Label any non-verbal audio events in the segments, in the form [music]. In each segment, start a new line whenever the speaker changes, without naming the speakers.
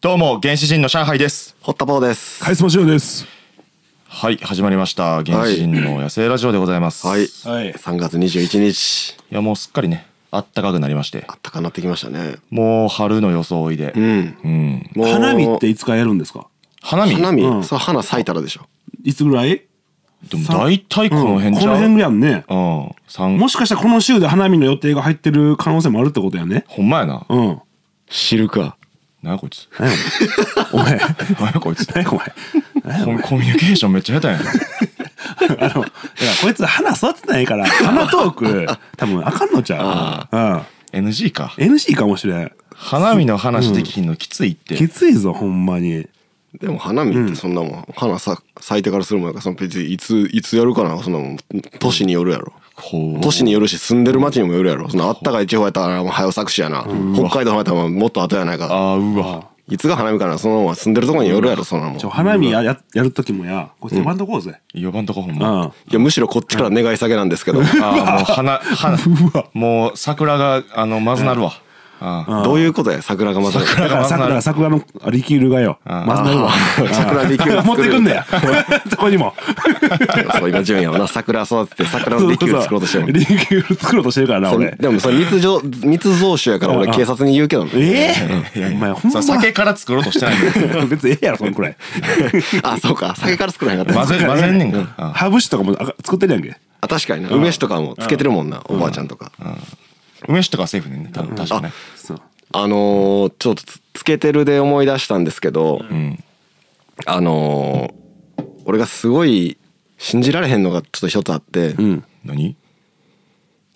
どうも原始人の上海です
ホッタポーです。
カイスマジオです。
はい始まりました原始人の野生ラジオでございます、
はい。
い
はい
3月21日、
やもうすっかりねあったかくなりまして
あったかなってきましたね。、
もう春の装いでうん
もう
花火っていつかやるんですか。
花見
花見、
うん
それ花咲いたらでしょ。
いつぐらい。
でも大体こ
うん
の辺
こ
じゃ
の
ん、う
辺
ん、
やんね。
三
もしかしたらこの週で花見の予定が入ってる可能性もあるってことやね。
ほんまやな
うん。
知るか。
何やこいつ
何やお前。
何やこいつ
何やお前。
コミコミュニケーションめっちゃ下手やな
あの、いや、こいつ花育ててないから、花トーク、 [laughs] 多分あかんのちゃう。
NG か
うん。NG かもしれん。
花見の話できひんのきついって、
きついぞ、ほんまに。
でも花見ってそんなもん、花さ咲いてからするもんやから、その別にいつ、いつやるかな、そんなもん、都市によるやろ。
こう
都市によるし、住んでる町にもよるやろ。そのあったかい地方やったら、もう早う咲くしやな。北海道の方やったらもっと後やないか。
あーうわ
いつが花見かな、そのまま住んでるとこによるやろ、そんなもん。い
ちょ、花見やややる時もや、こいつ呼ばんとこうぜ。
4番とこほん
うん。
ま、
あ
や、むしろこっちから願い下げなんですけど、
ああもう花花
うわ
もう桜があのまずなるわ、ああ
どういうことや、桜がまた。
だから
桜が
桜、桜のリキュールがよ。
ん
まずなるわ。
[laughs] 桜リキュールを作る
持ってくん [laughs] だよ。そこにも。
そう、今順位やわな。桜育てて、桜のリキュール作ろうとしてるもん
リキュール作ろうとしてるからな、
そ
俺
れ。でもそれ密造密造酒やから俺警察に言うけどね
え
いやい
えお
や
前、ほん
さ
ま
酒から作ろうとしてないんだよ
[laughs] 別にええやろ、その
[laughs]
くらい。
あそうか酒から作らへんかっ
混
た
ぜ混ぜんねんかああ
ハブ酒とかもあ作ってるやんけ。
あ確かにな梅酒とかもつけてるもんなおばあちゃんとか
梅酒とかはセーフねんね多分確かね
そう。
あのーちょっとつつけてるで思い出したんですけど
うん
あのー俺がすごい信じられへんのがちょっと一つあって
うん。
何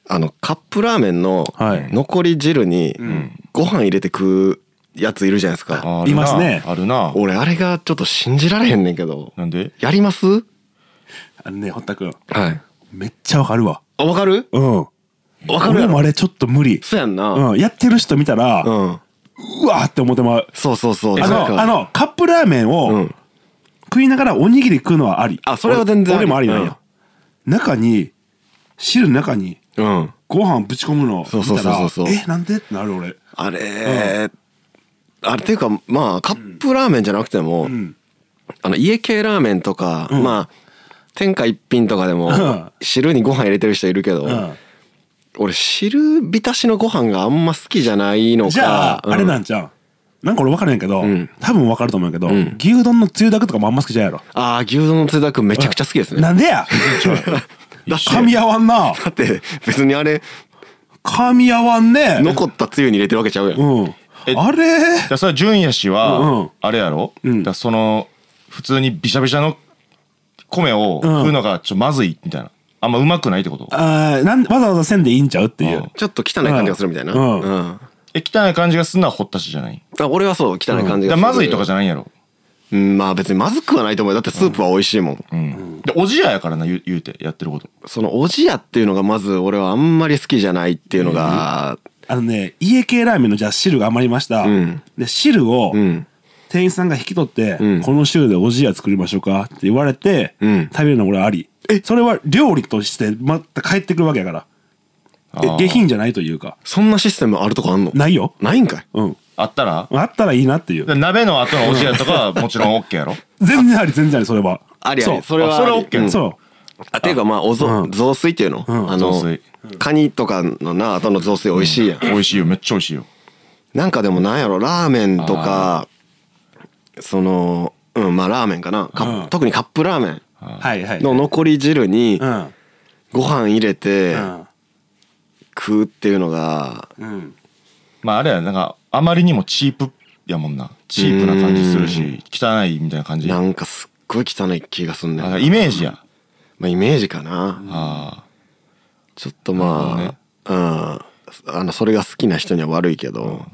あのカップラーメンの
はい
残り汁にご飯入れて食うやついるじゃないですか
あるない
ますね
あるな
俺あれがちょっと信じられへんねんけど
なんで
やります
あのね、堀田君、
はい
めっちゃわかるわ。
あわかる
うん。
わかるや
俺
ろ
もあれちょっと無理。
そうやんな
うん。やってる人見たら、
う
うんわーって思ってまう。
そうそうそう。な
あ
ん
の、
か
あの、カップラーメン
う
を
ん
食いながらおにぎり食うのはあり。
あそれは全然あり
俺俺もありなんや。中に、汁の中に、
うん。
ご飯ぶち込むの見た
そ
ら
うそうそうそう
えなんでってなる俺
あれ、あれっていうか、まあ、カップラーメンじゃなくても、
ん
あの、家系ラーメンとか、まあ、天下一品とかでも、
ん
汁にご飯入れてる人いるけど、
う
俺、汁浸しのご飯があんま好きじゃないのか。
んじゃあ
うん
あれなんちゃうなんか俺分からへんけど
ん
多分分かると思うんやけど牛丼のつゆだくとかもあんま好きじゃないや
あー牛丼のつゆだくめちゃくちゃ好きです
ろ
ね。
なんで
だ
や
って、
噛み合わんな
だって別にあれ、
噛み合わんね
残ったつゆに入れてるわけちゃうやん。
うん
え
あれ
だからそれ純也氏
うんう
は
ん
あれやろだからその普通にびしゃびしゃの米を
うん
食うのがちょっとまずいみたいなあんまうまくないってこと
あーなんわざわざせんでいいんちゃうっていううん
ちょっと汚い感じがするみたいな。
うん
うん
え汚い感じがすんのはほったしじゃない
あ俺はそう汚
だ
い感じが
から
する、
まずいとかじゃないんやろ
うんまあ別にまずくはないと思うよだってスープは美味しいもん、
うんでおじややからな言う言うてやってること
そのおじやっていうのがまず俺はあんまり好きじゃないっていうのが、
あのね家系ラーメンのじゃあ汁が余りました
ん
で汁を
ん
店員さんが引き取って
うん
この汁でおじや作りましょうかって言われて
うん
食べるの俺ありそれは料理としてまた帰ってくるわけやからえ
あー
下品じゃないというか
そんなシステムあるとこあんのな
ないよ
いんかい
うん
あったら
あったらいいなってい
だか
う
ら鍋の後のおじやとかはもちろん OK や
[laughs]
ろ
全然あり全然ありそれは
ありあ
そ
り
う
それは
あそれ
あり
OK
うん
そ
あていうかまあおぞ、
うん
雑炊っていうの、
ん
あの
雑炊
カニとかのな後の雑炊美味しいやん、
美味しいよめっちゃ美味しいよ
なんかでもなんやろラーメンとかそのうんまあラーメンかなカップ
うん
特にカップラーメ
うはいはい
ンの残り汁に
うん
ご飯入れて
うん
食うっていうのが
うん
まああれやなんかあまりにもチープやもんなチープな感じするし汚いみたいな感じ
な
あ
んかすっごい汚い気がすんねんな
イメージや
まあ、イメージかな、
あ
ちょっとまあ、うんあのそれが好きな人には悪いけど、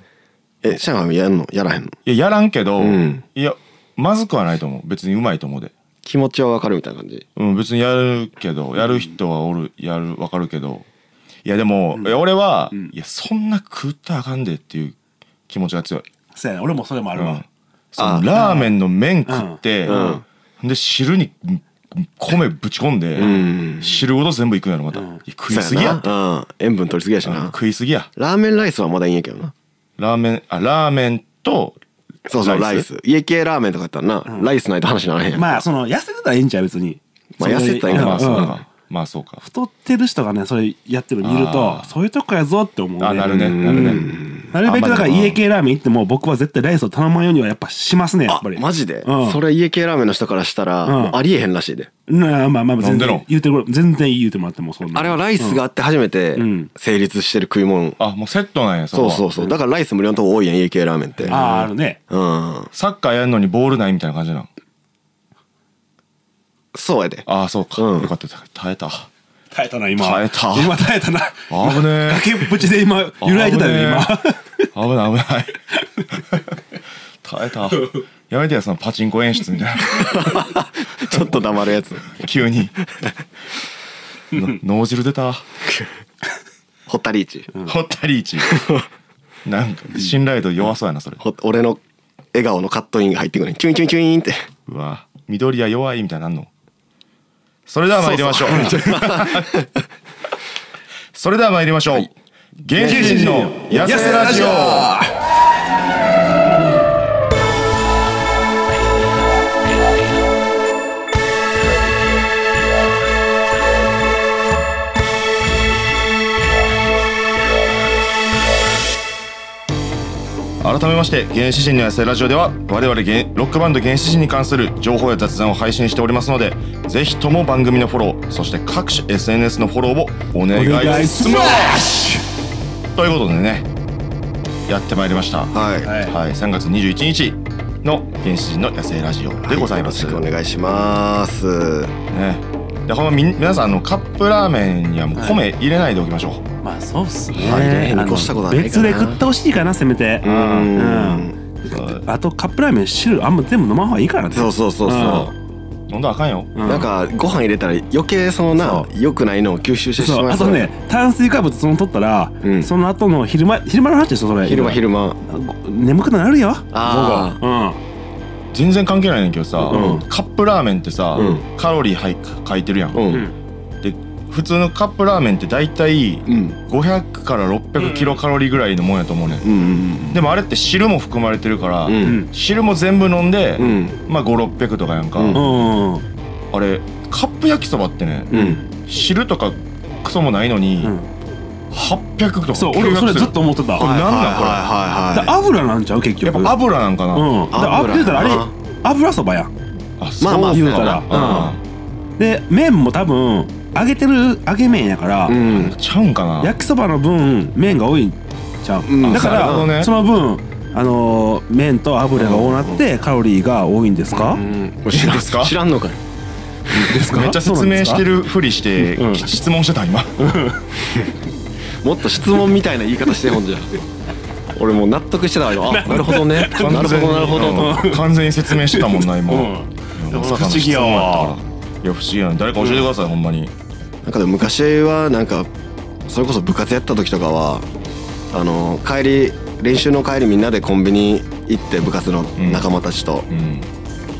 えシャンはやんのやらへんの
ーいややらんけど
ん
いやまずくはないと思う別にうまいと思うで
気持ちはわかるみたいな感じ
うん別にやるけどやる人はおるやるわかるけどいやでもいや俺はいやそんな食ったらあかんでっていう気持ちが強い
そうやね俺もそれもある
うん
わ、
その
あ
ラーメンの麺食って、
うん
で汁にん米ぶち込んで、
ん
汁ごと全部いくんやろまた、いや食いすぎやって
そうなうん、塩分取りすぎやし
うん
な
食いすぎや
ラーメンライスはまだいいんやけどな
ラーメンあラーメンと
そうそうラ
ラ
イ
イ
ス
ス
家系ラーメンとかやったらな、ライスないと話にならへんやん、
まあその痩せてたらええんちゃう別に
まあ
それ
痩せてたらええ
ま
か
あ
ら
まあそう
うん
かまあそうか
太ってる人がねそれやってるの見ると
あー
そういうとこやぞって思う、ね、
あなるねなるね
なるべくだから
あまあ
家系ラーメン行っても僕は絶対ライスを頼まんようにはやっぱしますねやっ
あ
ぱり
マジで、
うん
それ家系ラーメンの人からしたら、
ん
もうありえへんらしいで
なあまあまあ
なん
全
で
然
の
言うてくれ全然言うてもらってもそんな
あれはライスがあって初めて
ん
成立してる食い物、
あもうセットなんや
そう
こは
そうそうだからライス無料のとこ多いやん家系ラーメンって
あああるね
うん
サッカーやんのにボールないみたいな感じなん
そうやで
ああそうか
うん
よかったよかった耐えた
耐えたな今
耐えた
今耐えたな
あぶねえ
崖っぷちで今揺らいでたよね今
今危ない危ない [laughs] 耐えたやめてやそのパチンコ演出みたい
ちょっと黙るやつ
な急にの脳汁出た
ホッタリーチ、
ほったりーチなんか信頼度弱そうやなそれ
ほ俺の笑顔のカットインが入ってくるねキュインキュインキュインって
うわ緑は弱いみたいになんのそれでは参りましょう [laughs] それでは参りましょう、原始人の痩せラジオ改めまして原始人の野生ラジオでは我々ゲンロックバンド原始人に関する情報や雑談を配信しておりますのでぜひとも番組のフォローそして各種 SNS のフォローをお願いしますということでねやってまいりましたは
はい、
はい
い、3月21日の原始人の野生ラジオでございます、
よろしくお願いします
ねでほんまみ皆さんあのカップラーメンにはもう米入れないでおきましょう、
まあそうっすね
入れへんに
あの
越したことはないか
別
な
で食ってほしいかなせめて
う
うん
ん
あとカップラーメン汁あんま全部飲まん方がいいからね
そうそうそうそう
飲んだらあかんよ
うん
なんかご飯入れたら余計そのな
そ
良くないのを吸収してしま
そううあとね炭水化物その取ったら、
うん
その後の昼間昼間の話でしょそれ
昼間昼間
ご眠くなるよ
あ
うん
全然関係ないねんけどさ、
うん
カップラーメンってさ、
うん
カロリーはい書いてるやん、
うん
うん
で普通のカップラーメンって大体
うん
500から600キロカロリーぐらいのもんやと思うねん、
うんうん
でもあれって汁も含まれてるから、
うん
うん
汁も全部飲んで、
うん
まあ5600とかやんか、
う
うんん
あれカップ焼きそばってね、
うん
汁とかクソもないのに、
うん
800とか
そう俺もそれずっと思ってた
これなんなんこれ
はいはいはい
だ油なんちゃう結
やっ
局
ぱ油なんかな、
うんだ
油
油言うたらあれ
な
油そばやん
あそう
まあまあ
言うたら
そうやな
あ
で麺も多分揚げてる揚げ麺やから、
うん
ちゃうんかな
焼きそばの分麺が多いんちゃう、
うん
だか
なるほど
ら
ね
その分あのー麺と油が多なってカロリーが多いんですか、
うん知らん
ですか
知らんのかよ
ですか
めっちゃ説明して
る
るふりして
うん
質問してた今
もっと質問みたいな言い方してほんじゃ俺もう納得してたわよあなるほどねなるほどなるほど
ど完全に説明してたもんな今
ん
いやまさかの
不思
質
議や
問やった
わ
からいや不思議やん誰か教えてくださいほんまに
なんかでも昔はなんかそれこそ部活やった時とかはあの帰り練習の帰りみんなでコンビニ行って部活の仲間たちと、
うん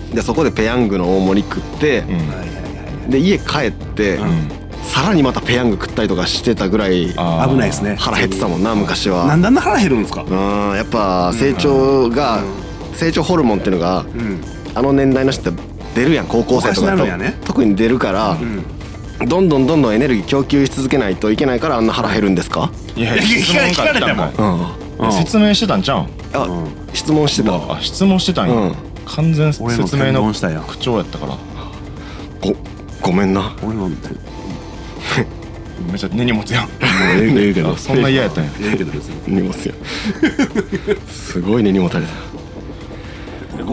でそこでペヤングの大盛り食って
う、ん
で家帰って、
う
うん
さらにまたペヤング食ったりとかしてたぐらい
あー
危ないですね
腹減ってたもんな昔
な
は
んだんだん腹減るんですか
うんやっぱ成長が、成長ホルモンっていうのが
うん
あの年代の人って出るやん高校生とか
おかしな
だ
る
と、
んやね
特に出るから、
うん
どんどんどんどんエネルギー供給し続けないといけないからあんな腹減るんですか
いや
いや
質問
聞かれたもん
か
うん
い説明してたんちゃうん
あ、
うん
質問してたわ
あ質問してたん
う
や
ん
完全
俺も
説明
検
の
問したやん
口調やったから
ごごめんな
俺も
めっちゃ根に持つやん
ええけ
あ [laughs] そんな嫌やったんや
ええけど別に
荷
[laughs]
物やすごいね荷物あれ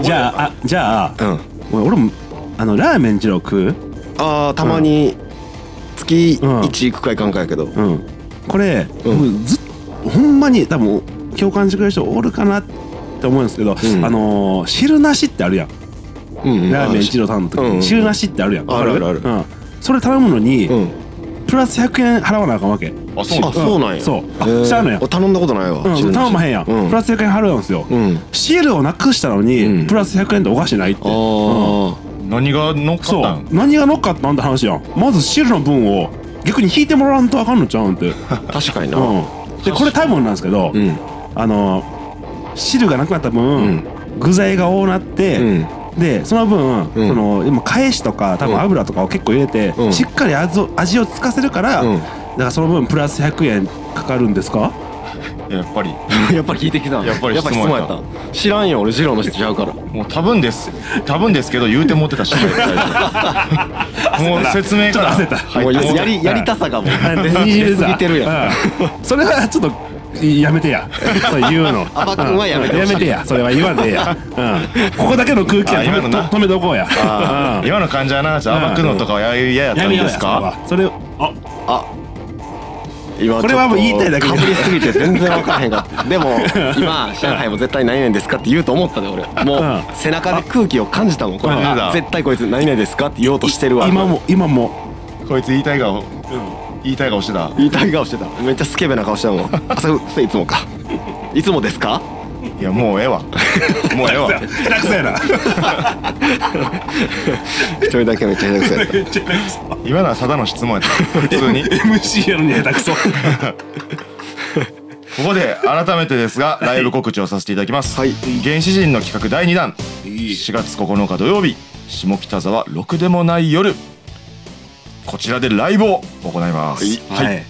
じゃああじゃあ
たうん
俺俺もあのラーメン二郎食う
あーたまに月
うん
1行くか行かんかやけど、
うんこれ、
うん
僕ずっほんまに多分共感してくれる人おるかなって思うんですけど、
ん
あのー汁なしってあるやん
うんうん
ラーメン二郎
ん
頼む時
うんうん
に汁なしってあるやん
あるあるある
うん、それ頼むのに、
うん
プラス100円払わなあかんわけ
あそうなん
あそうなんや
そうあ
へー
知らんのや
俺頼んだことないわ、
うん、頼まへんやん、
うん、
プラス100円払うんですよ、
うん
シールをなくしたのに、
うん
プラス100円っておかしないって、
あ
うん
ー、
何が乗っか
そ
った
うん何が乗っかったんって話やんまずシールの分を逆に引いてもらわんとあかんのちゃう
[laughs]
んって、う
確かにな、
ん、でこれ多分なんですけど、
うん
あの汁がなくなった分、
ん
具材が多なって、
うん
でその分、
うん
その今返しとか多分油とかを結構入れて、
うん
しっかり味を味をつかせるから、
うん
だからその分プラス100円かかるんですか
やっぱり
[laughs] やっぱり聞いてきた
やっぱり質問やった
た知らんよ俺ジローの人ちゃうから
もう多分です多分ですけど言うて持って
[laughs]
たしもう説明から
ちょっと焦った
もう
入って
やりやりたさがもう出 [laughs] 過ぎてるやん [laughs]
ん、それはちょっとやめてやそう言うの
アバ君はやめてほしい
やめてやそれは言わんでええ
[laughs]
や、うん、ここだけの空気は
あ今の
止め
な
と止めとこうや
あー
うん
今の患者はなじゃあ
うん
暴くのとかはや嫌やったん
よう
ですか
それはそれをあ
あ今
これはもう言いたいだけ
かぶりすぎて全然分からへんかったでも今上海も絶対何々ですかって言うと思ったで俺も
うん
う背中で空気を感じたもんこれ
うん
あ絶対こいつ何々ですかって言おうとしてるわ
今も今も
[laughs]
こいつ言いたい顔言いたい顔してた
言いたい顔してためっちゃスケベな顔してたもんあそそれいつもかいつもですか
いやもうええわもうええわ
下手くそやな [laughs]
一人だけめっちゃ下手くそやっ
めっちゃ下手くそ
今のはただの質問やった普通
[laughs]
に
MC やのに下手くそ
ここで改めてですがライブ告知をさせていただきます、
はい
原始人の企画第2弾
いい
4月9日土曜日下北沢6でもない夜こちらでライブを行います、
はい
はい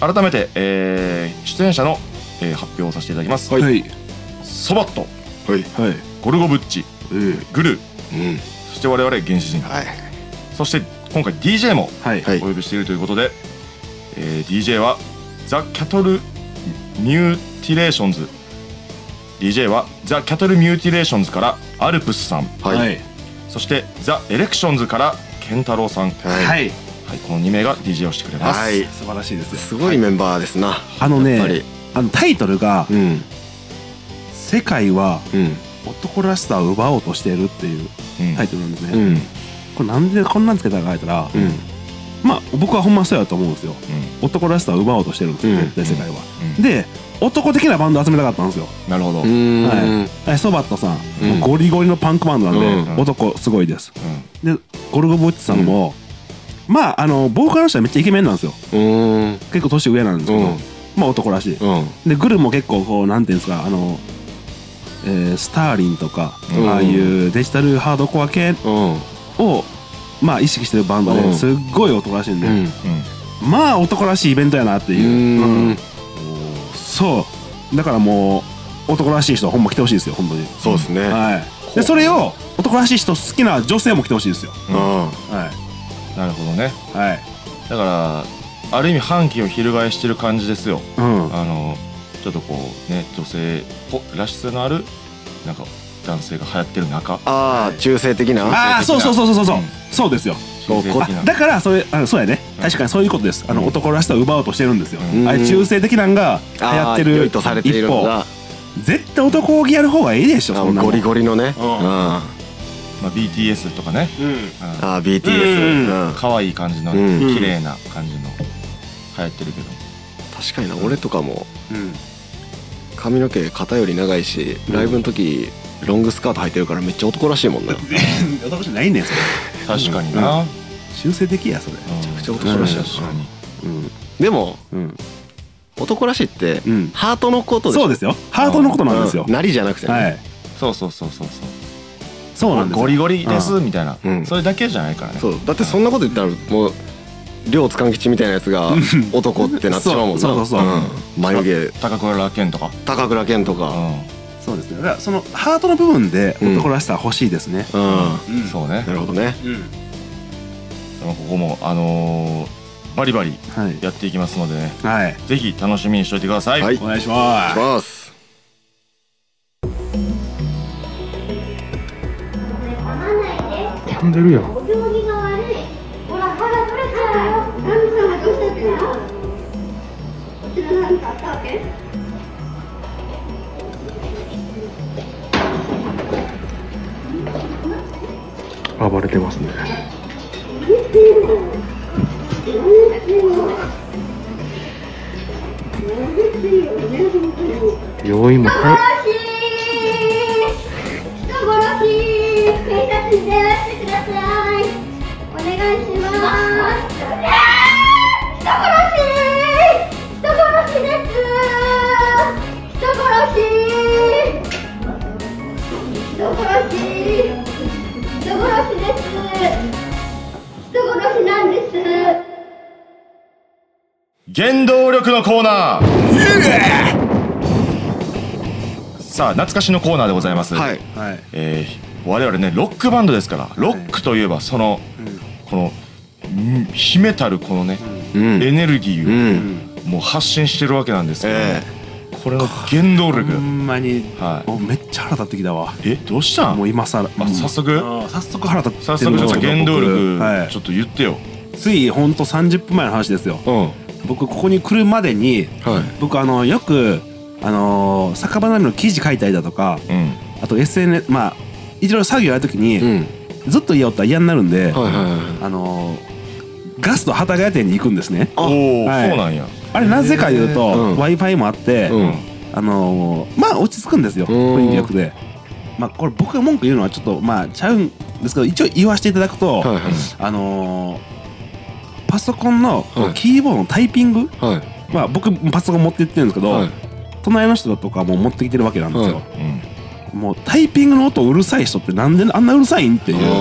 改めて、えー出演者の、えー発表をさせていただきます、
はいはい
ソバット
たはい
はい
ゴルゴブッチグルー
うん
そして我々原始人
はい
そして今回 DJ も
はい
はい
お呼びしているということで、えー DJ はザ・キャトル・ミューティレーションズ DJ はザ・キャトル・ミューティレーションズからアルプスさん
はいはい
そしてザ・エレクションズからケンタロウさん、はい
はい
この2名が DJ をしてくれます、
はい
素晴らしいですよ
すごいメンバーですな
あの
やっぱり
ねあのタイトルが
うん
「世界は
うん
男らしさを奪おうとしている」っていう
うん
タイトルなんですね、
うん
これなんでこんなんつけたか言ったら、
うん
まあ僕はほんまそうやと思うんですよ
うん
男らしさを奪おうとしてるんですよ、
うん
絶対世界は、
うん
で男的なバンド集めたかったんですよ
なるほど、
うーん
はえソバットさん、
うん
ゴリゴリのパンクバンドなんで、
うん
男すごいです
うん
でゴルゴボッチさんも、まああのボーカルの人はめっちゃイケメンなんですよ
うーん
結構年上なんですけど、
うん
まあ男らしい、
うん
でグルも結構こうなんていうんですかあの、えースターリンとか、
うん
ああいうデジタルハードコア系
うん
をまあ意識してるバンドで、
うん
すっごい男らしいんで、
うん
うん
まあ男らしいイベントやなっていう
うん
うんそうだからもう男らしい人はほんま来てほしいですよ本当に
そうですね
はいでそれを男らしい人好きな女性も来てほしいですよ
うん
は
なるほどね
いはい
だからある意味反旗を翻してる感じですよ
うん
あのちょっとこうね女性ぽらしさのあるなんか男性が流行ってる中
ああ中性的な
ああそうそうそうそうそうそうそうですよ
中性的
あ
な
だからそれあそうやね確かにそういうことですあの
うん
男らしさを奪おうとしてるんですよ
うん
あれ中性的なんが流行って
あー良
る
いとされてい
一
るの
方
が
絶対男気やる方がいいでしょ
あ
そんなも
ゴ
ん
リゴリのね
う
うんんあ
まあ、BTS とかね、
うん
う
ー
うん
BTS うん
ん、
確
可愛い感じの、
うん
綺麗な感じの流行ってるけど
かにな俺とかも
うん [laughs]
髪の毛肩より長いしライブの時ロングスカート履いてるからめっちゃ男らしいもんなめ
男じゃないねんそれ
確かにな、うん
修正的やそれ
めちゃ
くちゃ男
らしい
確
な
かに
うん
でも
うん
男らしいって
うん
ハートのこと
そう
で
ですよハートのことなんですよ
うんなりじゃなくてね
はい
そうそうそうそうそう
そうなんですよ
ゴリゴリですみたいな、
うん
それだけじゃないからね
そうだってそんなこと言ったらもう両津勘吉みたいなやつ
[laughs]
が男ってなっちまうもんな
そうそうそうそうん
眉毛
高倉健とか、
高倉健と
う
か
ん
そうですねだからそのハートの部分で
うん
男らしさ欲しいですね
うん
そうね
なるほどね
でもここもあのーバリバリ
はい
やっていきますのでね
はい
ぜひ楽しみにしておいてください、
はい
お願いします
バース
飛んでるやんお行儀が悪いほら歯が取れたわよナミさんはどうしたっての知らなんかあったわけ
暴れてますね [laughs] 病院も
人殺し警察に電話してくださいお願いします人殺し人殺しです人殺し人殺し人殺しです人殺しなんです
原動力のコーナーさあ懐かしのコーナーでございます、
はい
はい
えー我々ねロックバンドですからロックといえばその、このん秘めたるこのね、
うん
エネルギ
う
ーを
ん
もう発信してるわけなんですけど、
え
これの原動力
ほんまに、
はい
もうめっちゃ腹立ってきたわ
えどうした
も
ん
う今さら
あ早速
早速腹立って
早速じゃあ原動力、
はい
ちょっと言ってよ、
ついほんと30分前の話ですよ
うん、
僕ここに来るまでに
はい
僕あのよくあのー酒場なりの記事書いたりだとか
うん
あと SNS まあいろいろ作業やるときに、
うん
ずっと家おったら嫌になるんで、
はいはいはい
あのーガスと幡ヶ谷店に行くんですね
おお、
はい
そうなんや
あれなぜかいうと、
うん
w i f i もあって、
うん
あのーまあ落ち着くんですよ
うん
雰囲気よくで。まあ、これ僕が文句言うのはちょっとまあちゃうんですけど一応言わせていただくと、
はいはい
あのーパソコンの
はい
キーボードのタイピング、
はい
まあ僕パソコン持って行ってるんですけど、
はい
隣の人とかも持ってきてるわけなんですよ、
はい
うん
もうタイピングの音うるさい人ってなんであんなうるさいんって [laughs] いう、うんうん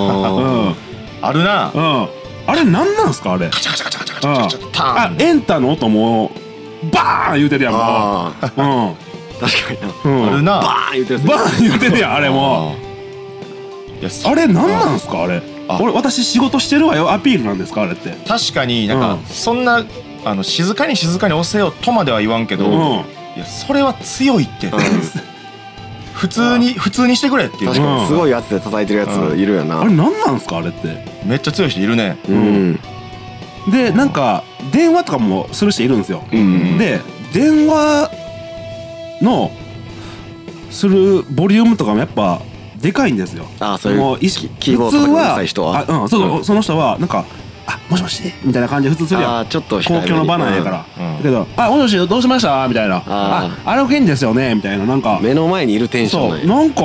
あ、
あるな
あれなんなんすかあれ
カチャカチャカチャカチャカチャカチャターン
あエンターの音もバーン言うてるやんも
あー
う、うん
確かにな
うん、
あるな
バーン言ってるやつね
バーン言うてるやんあれも
いやそ
あれなんなんすかあれ
あ
俺私仕事してるわよアピールなんですかあれって
確かになんか、
うん
そんなあの静かに静かに押せよとまでは言わんけど、
うん、
いやそれは強いって、普通に普通にしてくれっていう
確かにすごいやつで叩いてるやついるよな
あれなんなんすかあれって
めっちゃ強い人いるね
うん
でなんか電話とかもする人いるんですよ、
うん
で電話のするボリュームとかもやっぱでかいんですよ
あーそういう
もう意識
キキーボードとかうるさい人は
普通あうんそうそう、
うん
その人はなんか「あもしもし」みたいな感じで普通するやん
あーちょっと控えめ
公
に
共の場なんやから、
うんうん
だけど「あもしもしどうしました?」みたい
あ
な「ああれおけんですよね」みたいななんか
目の前にいるテンション
そ
なんや
うなんか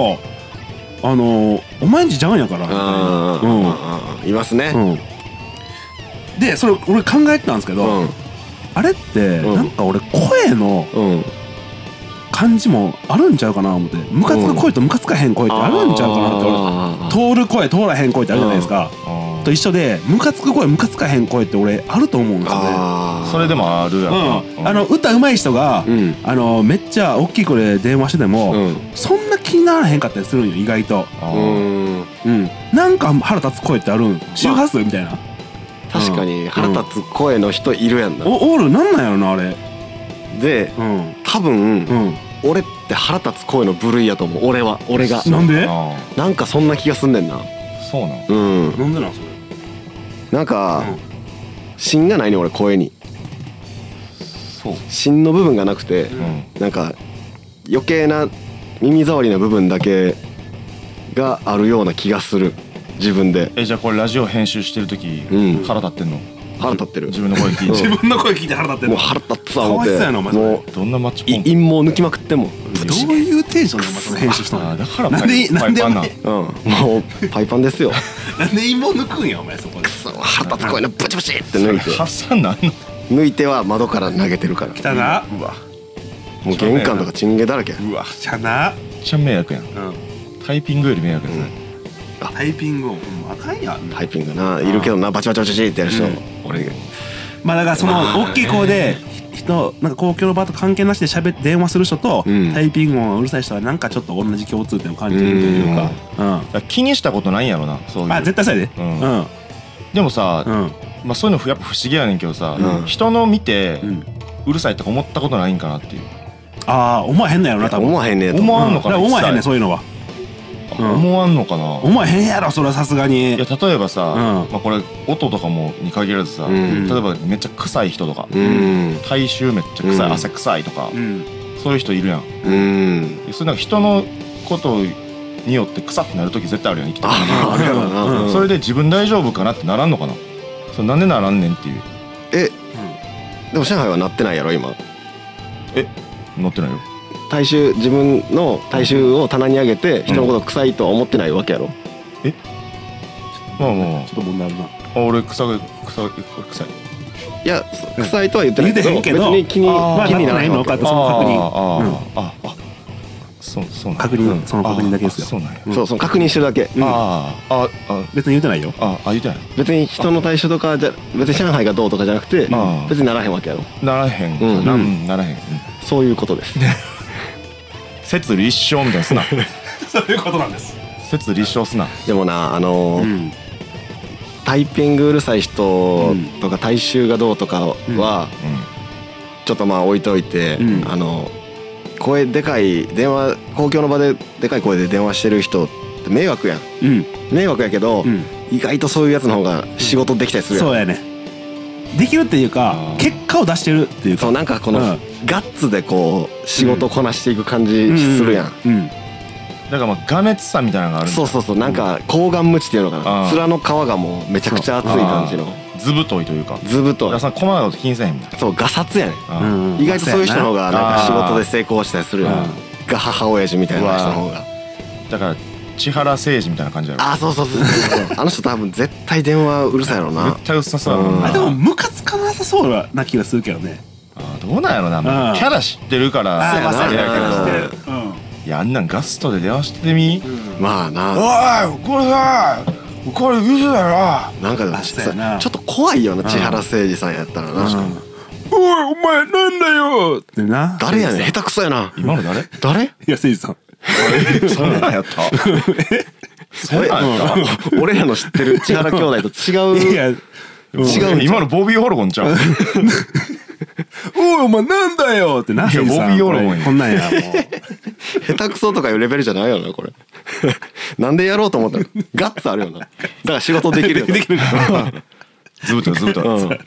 あのーお前んちじゃうんやから」みたいな
うんうんうんうんいますね
うん、うん、でそれ俺考えてたんですけど、
うん
あれって
うん
なんか俺声の
うん
感じもあるんちゃうかな思ってムカつく声とムカつかへん声ってあるんちゃうかなって俺
あー
通る声通らへん声ってあるじゃないですか、
あー
と一緒でムカつく声ムカつかへん声って俺あると思うんですよね
あー
それでもあるやろな
うん、あの歌うまい人が、
うん
あのめっちゃ大きい声で電話してても、
うん
そんな気にならへんかったりするんよ意外と、
あ
う
ー
ん
うん、なんか腹立つ声ってあるん周波数みたいな、
確かに腹立つ声の人いるやんな
おオールなんなんやろなあれ
で
うん
多分
うん
俺って腹立つ声の部類やと思う俺は俺が
なんで
あ
なんかそんな気がすんねんな
ーそうなん
うん
なんでなんそれ
なんか
うん
芯がないね俺声に
そう
芯の部分がなくて
うん
なんか余計な耳障りな部分だけがあるような気がする自分で
えじゃあこれラジオ編集してる時、
うん
腹立ってんの
腹立ってる
自分の声聞いて
うん
自分の声聞いて腹立ってん
もう
の
腹立つわ思っ
かわい
て
そうやなお前それ
もう
どんなマッチ
い
ポンプ
陰謀抜きまくってもプ
ど
チ
ういうテンションでまたその編集した
あー
の
だから
[laughs] なんで
パイパイ
な
パ
ん
ン
で
なん
うんもうパイパンですよ
[laughs]
[laughs]
なんで芋抜くんやお前そこで
そう腹立つ声のブチブチって抜いて
発散なんの
抜いては窓から投げてるから
汚な
うわ
もう玄関とかチンゲだらけ
うわ
汚な
めっちゃ迷惑やん
うん
タイピングより迷惑ですね、
タイピングをうんあかんやん
タイピングないるけどなバチバチバチバチってやる人
うん
俺
まあだからその大きい声で人なんか公共の場と関係なしで喋って電話する人と
うん
タイピング音がうるさい人はなんかちょっと同じ共通点を感じるというかうん
だから気にしたことないんやろなそういう
あ絶対そうやで
う
うんんうん
でもさ、
うん
まあ、そういうのふやっぱ不思議やねんけどさ、
うん
人の見て、う
うん
るさいとか思ったことないんかなっていう、
ああ思わへんのやろな多分
思わへんねえと
思
思
わんのかな
うんだら思わへんね
一切
そういうのは
あ
うん
思わんのかな、い
思わへんやろそれはさすがに
や例えばさ、
うん
まあ、これ音とかもに限らずさ、
うん
例えばめっちゃ臭い人とか、
うん
体臭めっちゃ臭い、
うん
汗臭いとか、
うん
そういう人いるやん
うん
それなんか人のことによって臭ってなる時絶対あるやん生きてる
ああるやろな
うん
それで自分大丈夫かなってならんのかなそれなんでならんねんっていう
えでも上海はなってないやろ今
乗ってないよ
大衆自分の大衆を棚に上げて人のこと臭いとは思ってないわけやろ、
まあまあ
ちょっと問題あるな
あ俺臭い臭い臭い
いや臭いとは言ってないけど
言うてへんけど
別に気に
まあ
気にな
なら
ら
へ
へ
ん
ん
の
わけ
か
よ
とその確認
あーあーあーあそうそうなんだ
確認その確認だけですよ
あそうなんや
そうその確認してるだけ、うん
あーあ
別に言うてないよ
あああ言うてない
別に人の対象とかじゃ別に上海がどうとかじゃなくて
ああ
別にならへんわけやろ
ならへんか
うん
な、
うん
うん、ならへん、うん、
そういうことです
説立証みたいなすな
[laughs] そういうことなんです
説立証すな
でもなあのー
うん
タイピングうるさい人とか体臭がどうとかは
う
ちょっとまあ置いといて、
うん
あの声でかい電話公共の場ででかい声で電話してる人って迷惑やん
うん
迷惑やけど、
うん
意外とそういうやつの方が仕事できたりするやん、
そうやねできるっていう
あ
か
ー
結果を出してるっていう
そう
か
なんかこの
うん
ガッツでこう仕事こなしていく感じするやん、
うんうん
んだからまあがめつさみたいなのがあるんだ
そうそうそうなんか高顔無知っていうのか
あ
な
ー
面の皮がもうめちゃくちゃ厚い感じの
あーずぶといというかだ
ずぶと
から
い
その細かいこと気にせえへんみたい
そうガサツやね
なあ
う
ー
ん
意外とそういう人の方がなんか仕事で成功したりするや
あ
んが母親父みたいな人の方
う
が
だから千原誠二みたいな感じやろ
あーそうそうそうそうそうあの人多分絶対電話うるさいやろうな
絶対うっさそうやもん
うん
な
あでもムカつかなさそうな気がするけどね
あーどうなんやろなま
う
あ
ん
キャラ知ってるから
そうやな
あれやけど
うん
うん
いやあんなんガストで電話してみ
まあ
お
ない
これさこれ嘘だろ
なんかでも
あ
ち
そうやな
ょっと怖いよな千原誠二さんやったらな
おいお前なんだよってな
誰やねん下手くそやな
今の誰
誰
いやせいじさん
そんなんやった [laughs] そんなんやっ
[laughs] 俺らの知ってる千原兄弟と
い
違う
や違うん
た
違うんちゃう
今のボビー・ホルゴンちゃ [laughs] う
おいお前なんだよってない
や
せいじさん
ボビーオロゴンや
こんなん [laughs] やもう
下手くそとかいうレベルじゃないよなこれ [laughs] なんでやろうと思ったのガッツあるよなだから仕事 [laughs] できるよな
ずぶといずぶとい
うん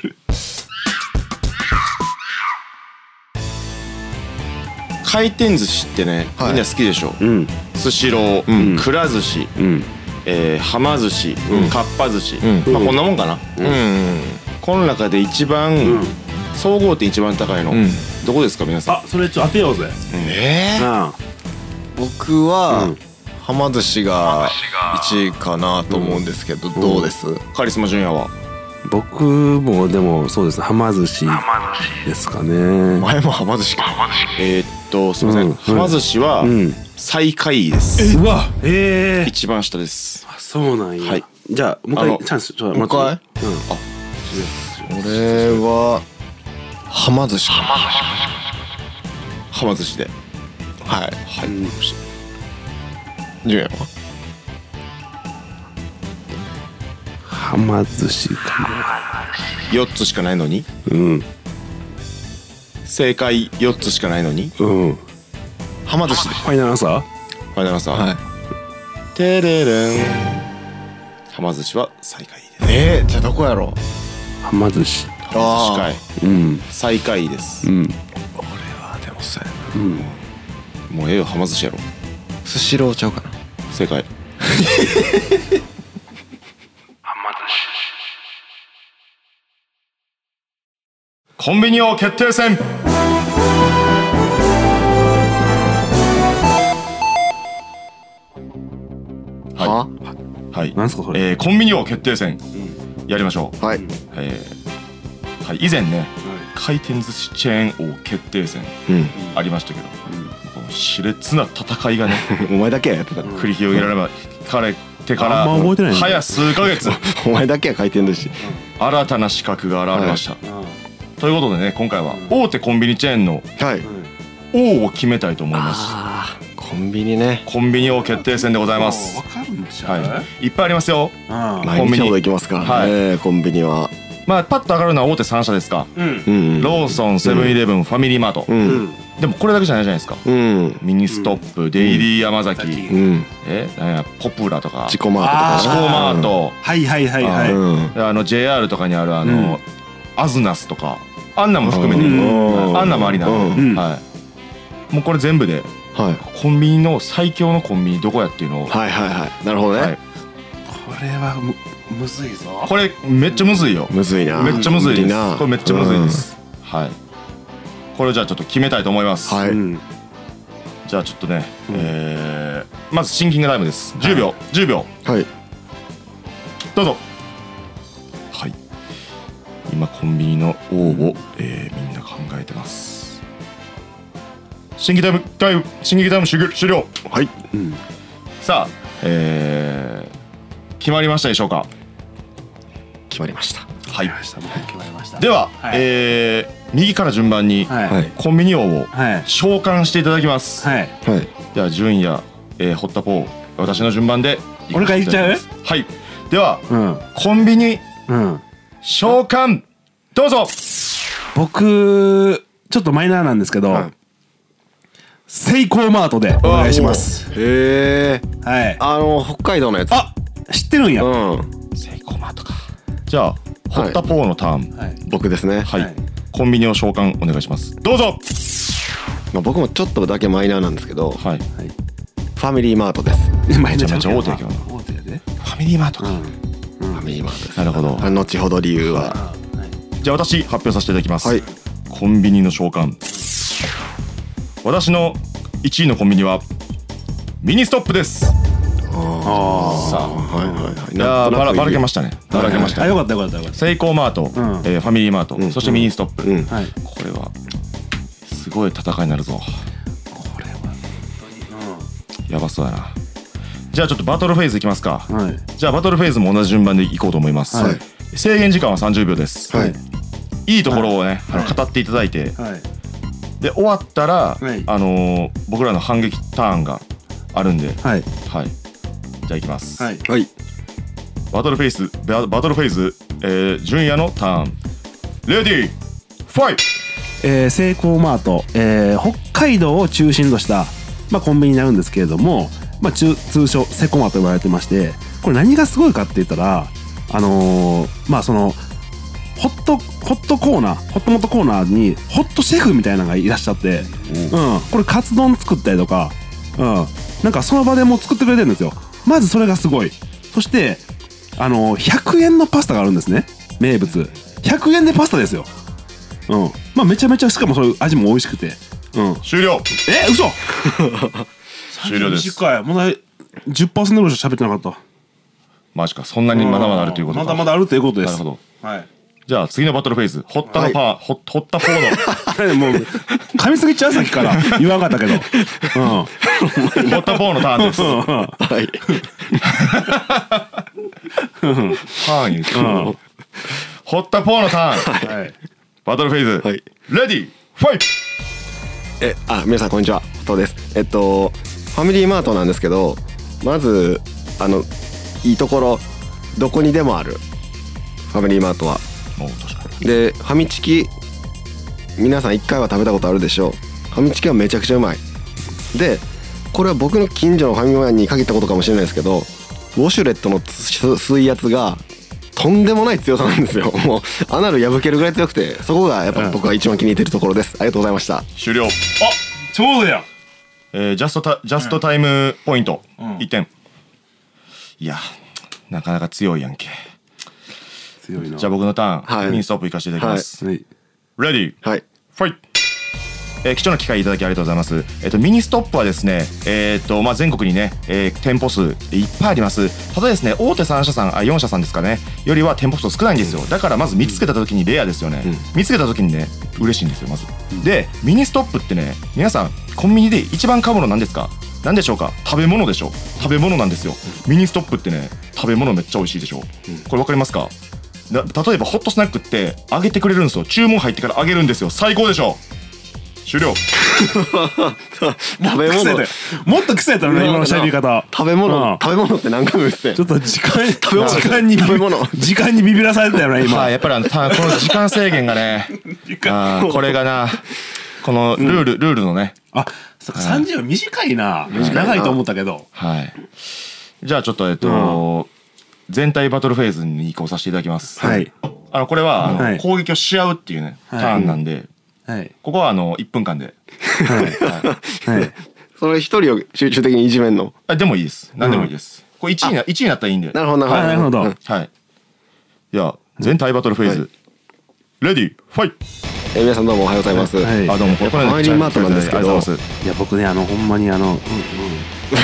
回転寿司ってね、
はい
みんな好きでしょ
うん
スシロー、くら寿司、
うん
えー、はま寿司、かっぱ寿司、
う
まあこんなもんかなうん、この中で一番、総合点一番高いの、
ん
どこですか皆さん
あそれちょっと当てようぜ
え
うん
僕は、はま寿司が1位かなと思うんですけど、どうです、
カリスマジュニアは
僕もでもそうですねはま寿司ですかね
前もはま寿司か
えー、っとすいませ
うんん
はま寿司は
うん
最下位です、
うわええ
一番下です
あそうなんや、
はい
じゃあも
あ
う
の
一回チャンスちょっと
もう一
待
回
ってうん
俺ははま寿司かな
はま寿司で
はい
はい、
ジュニアは
はま寿司か
4つしかないのに
うん
正解4つしかないのに
うんフ
はま寿司で
ァイナルアンサー
ファイナルアンサー
はい
てれれんはま寿司は最下位です
えー、じゃあどこやろう
はま寿司
はま寿司
うん
会最下位です、
うん
あでもそうやな
もうええよはま寿司やろ
スシローちゃうかな
正
[laughs]
解
コンビニ王決定戦
は
はい
なんすかそれ
えーコンビニ王決定戦やりましょう
はい
[laughs]
えーはい、以前ね、回転寿司チェーン王決定戦
うん
ありましたけど、この熾烈な戦いがね
お前だけややっ
[laughs]
てたの
繰り広げらればかれてか
あんま覚えてな
ら
いね
早数ヶ
[laughs]
月
お前だけや回転寿司
新たな資格が現れました、ということでね今回は大手コンビニチェーンの
はい
王を決めたいと思います
あーコンビニね
コンビニ王決定戦でございます
わかるんでしょ
はい、いっぱいありますよ
い
毎日ほど行きますからね、コンビニは
まあパッと上がるのは大手3社ですか、
うん
ローソンセブンイレブン、ファミリーマート、
うん
でもこれだけじゃないじゃないですか
うん
ミニストップ、デイリー山崎、
うん
えなんやポプラとか
自己マート
チ
と
コ
か
マート
はいはいはいは
う
い
ん
あの JR とかにあるあの、アズナスとかあんなんも含めて、
うん
はいあんなんもありなの、
うん
うん
はい、もうこれ全部で
はい
コンビニの最強のコンビニどこやっていうのを、
はいはいはいなるほどね、
はい
これはむむずいぞ
これめっちゃむずいよ、
むずいな
めっちゃむずいで
無
す
理な
これめっちゃむずいで、す、はいこれをじゃあちょっと決めたいと思います、
うんはい、
うん
じゃあちょっとね、えーまずシンキングタイムです10秒、10秒
はい
どうぞはい今コンビニの王を、えーみんな考えてます新劇タイムタイム新劇タイム終了終了
はい
さあえー、決まりましたでしょうか
決まりました
はい
決まりました
では、
はい
えー、右から順番に、
はい
はい
コンビニ王を
はい
召喚していただきます、
はい
はい
では順や、えー、堀田ポー私の順番で
俺から言っちゃう
いきますはいでは
うん
コンビニ
うん
召喚どうぞ
僕ちょっとマイナーなんですけど、セイコーマートでお願いします
へえ
はい
あの北海道のやつ
あ知ってるんや、
うん
セイコーマートかじゃあ堀田ポーのターン
はい
僕ですね
はい、
はい
コンビニを召喚お願いしますどうぞ
まあ僕もちょっとだけマイナーなんですけどフ
はい
ァミリーマートです
マイナ
め
ー
ちゃめちゃ大手やけどな
大手やで
ファミリーマートか、
ファミリーマートです
なるほど
あ後ほど理由は
じゃあ私発表させていただきます、
はい
コンビニの召喚私の1位のコンビニはミニストップです
はいはいはい
いやーばらばらけま
し
したねばらけました
あ
ね
よかったよかったよかっ
セイコーマート、
ん
えーファミリーマート、そしてミニストップ、
うん
たはい
これはすごい戦いになるぞ
これは本
やばそうやなじゃあちょっとバトルフェーズいきますか、
当にうんはい
じゃあバトルフェーズも同じ順番でいこうと思います、
はい
制限時間は30秒です、
はい
いいところをね、あの
はい
語っていただいて、
はい
で終わったら、
はい
あのー僕らの反撃ターンがあるんで、
はい
はい。じゃあいきます。
はい
はい
バトルフェイス、ババトルフェイズ、えー、純也のターン。レディー、ファイト
えー、セイコーマート、えー北海道を中心とした、まあ、コンビニになるんですけれども、まあ、中通称セコマと呼ばれてましてこれ何がすごいかって言ったらあのーまあそのホットホットコーナーホットモットコーナーにホットシェフみたいなのがいらっしゃって、うん、これカツ丼作ったりとか、うん、なんかその場でもう作ってくれてるんですよまずそれがすごいそしてあのー100円のパスタがあるんですね名物100円でパスタですようん、まあめちゃめちゃしかもそういう味も美味しくて、うん、
終了
え嘘
終了です。
短いまだ10%ぐらいしか喋ってなかっ
マジか、そんな
た
にまだまだあるということか。
まだまだあるということです
なるほど。
はい
じゃあ次のバトルフェイズ、ホッタのパー、ホホッタフォー
もう噛みすぎちゃうさっきから
[laughs]
言わんかったけど、う
ド、
ん、
ホッタフォーのターンです。
はい
ターン言ってるホッタフォーのターン。
はい、
バトルフェイズ、
はい
レディー、ファイト
えあ皆さんこんにちはそうですえっとファミリーマートなんですけどまずあのいいところどこにでもあるファミリーマートは
お確かに。
でファミチキ皆さん1回は食べたことあるでしょうファミチキはめちゃくちゃうまいでこれは僕の近所のファミマに限ったことかもしれないですけどウォシュレットのつ水圧がとんでもない強さなんですよもうアナル破けるぐらい強くてそこがやっぱ僕が一番気に入ってるところですありがとうございました
終了。
ちょうどや
えージャストタジャストタイムポイント、1点いやなかなか強いやんけ
強いな
じゃあ僕のターン、
はい
ミニストップいかせていただきます、
はい
レディー
はい
ファイトえー貴重な機会いただきありがとうございます。えっ、と、ミニストップはですね、えっ、と、まあ、全国にね、えー店舗数いっぱいあります。ただですね、大手3社さん、あ、4社さんですかね、よりは店舗数少ないんですよ。だから、まず見つけた時にレアですよね。見つけた時にね、嬉しいんですよ、まず。で、ミニストップってね、皆さん、コンビニで一番買うもの何ですか何でしょうか食べ物でしょ食べ物なんですよ。ミニストップってね、食べ物めっちゃ美味しいでしょこれわかりますかな例えばホットスナックって揚げてくれるんですよ注文入ってから揚げるんですよ最高でしょ終了
食べ
癖
物
でもっと癖やったのね今の喋り方
食べ物、
うん
食べ物って何回も言って
ちょっと時間
べ物
時間に
食べ物
時間にビビらされてたよね今
まあやっぱりあのたこの時間制限が
[laughs]
ねあーこれがなこのルール、ルールのね
あそっか30は短いな長いと思ったけど
はいじゃあちょっとえっと、全体バトルフェーズに移行させていただきます
はい
あのこれはあの、
はい
攻撃をし合うっていうねタ
はい
ーンなんで、
はい
ここはあの1分間で
はい
それ一人を集中的にいじめんの
あでもいいです何でもいいです、これ1位な一位になったらいいんで
なるほど
あな
な
る
る
ほ
ほど
ど
はいでは全体バトルフェーズ、レディーファイト
えー皆さんどうもおはようございます、
はい
あどうもこれこれね
ファミリーマートなんですけど
ありがとうございます
いや僕ねあのほんまにあの、うんうん、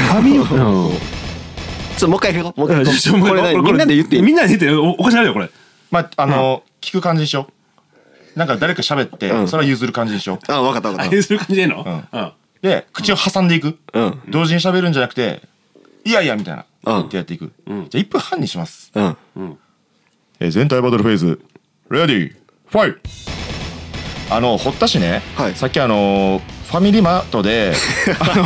髪を、うん
ちょっともう一回行こうもう
いや
一
ちょ
回これ何みんなで言っていい
みんなで言っておおかしなるよこれ
まああの、聞く感じにしようなんか誰か喋って、
うん
それは譲る感じにしよう
あ分かった分か
あ
っ
れする感じでいいの、
ん
うん
で口を挟んでいく、
うん
同時に喋るんじゃなくて「いやいや」みたいな、
うん
ってやっていく、じゃあ1分半にします、
うん
えー全体バトルフェーズレディーファイトあの堀田市ね、
はい
さっきあのーファミリーマートで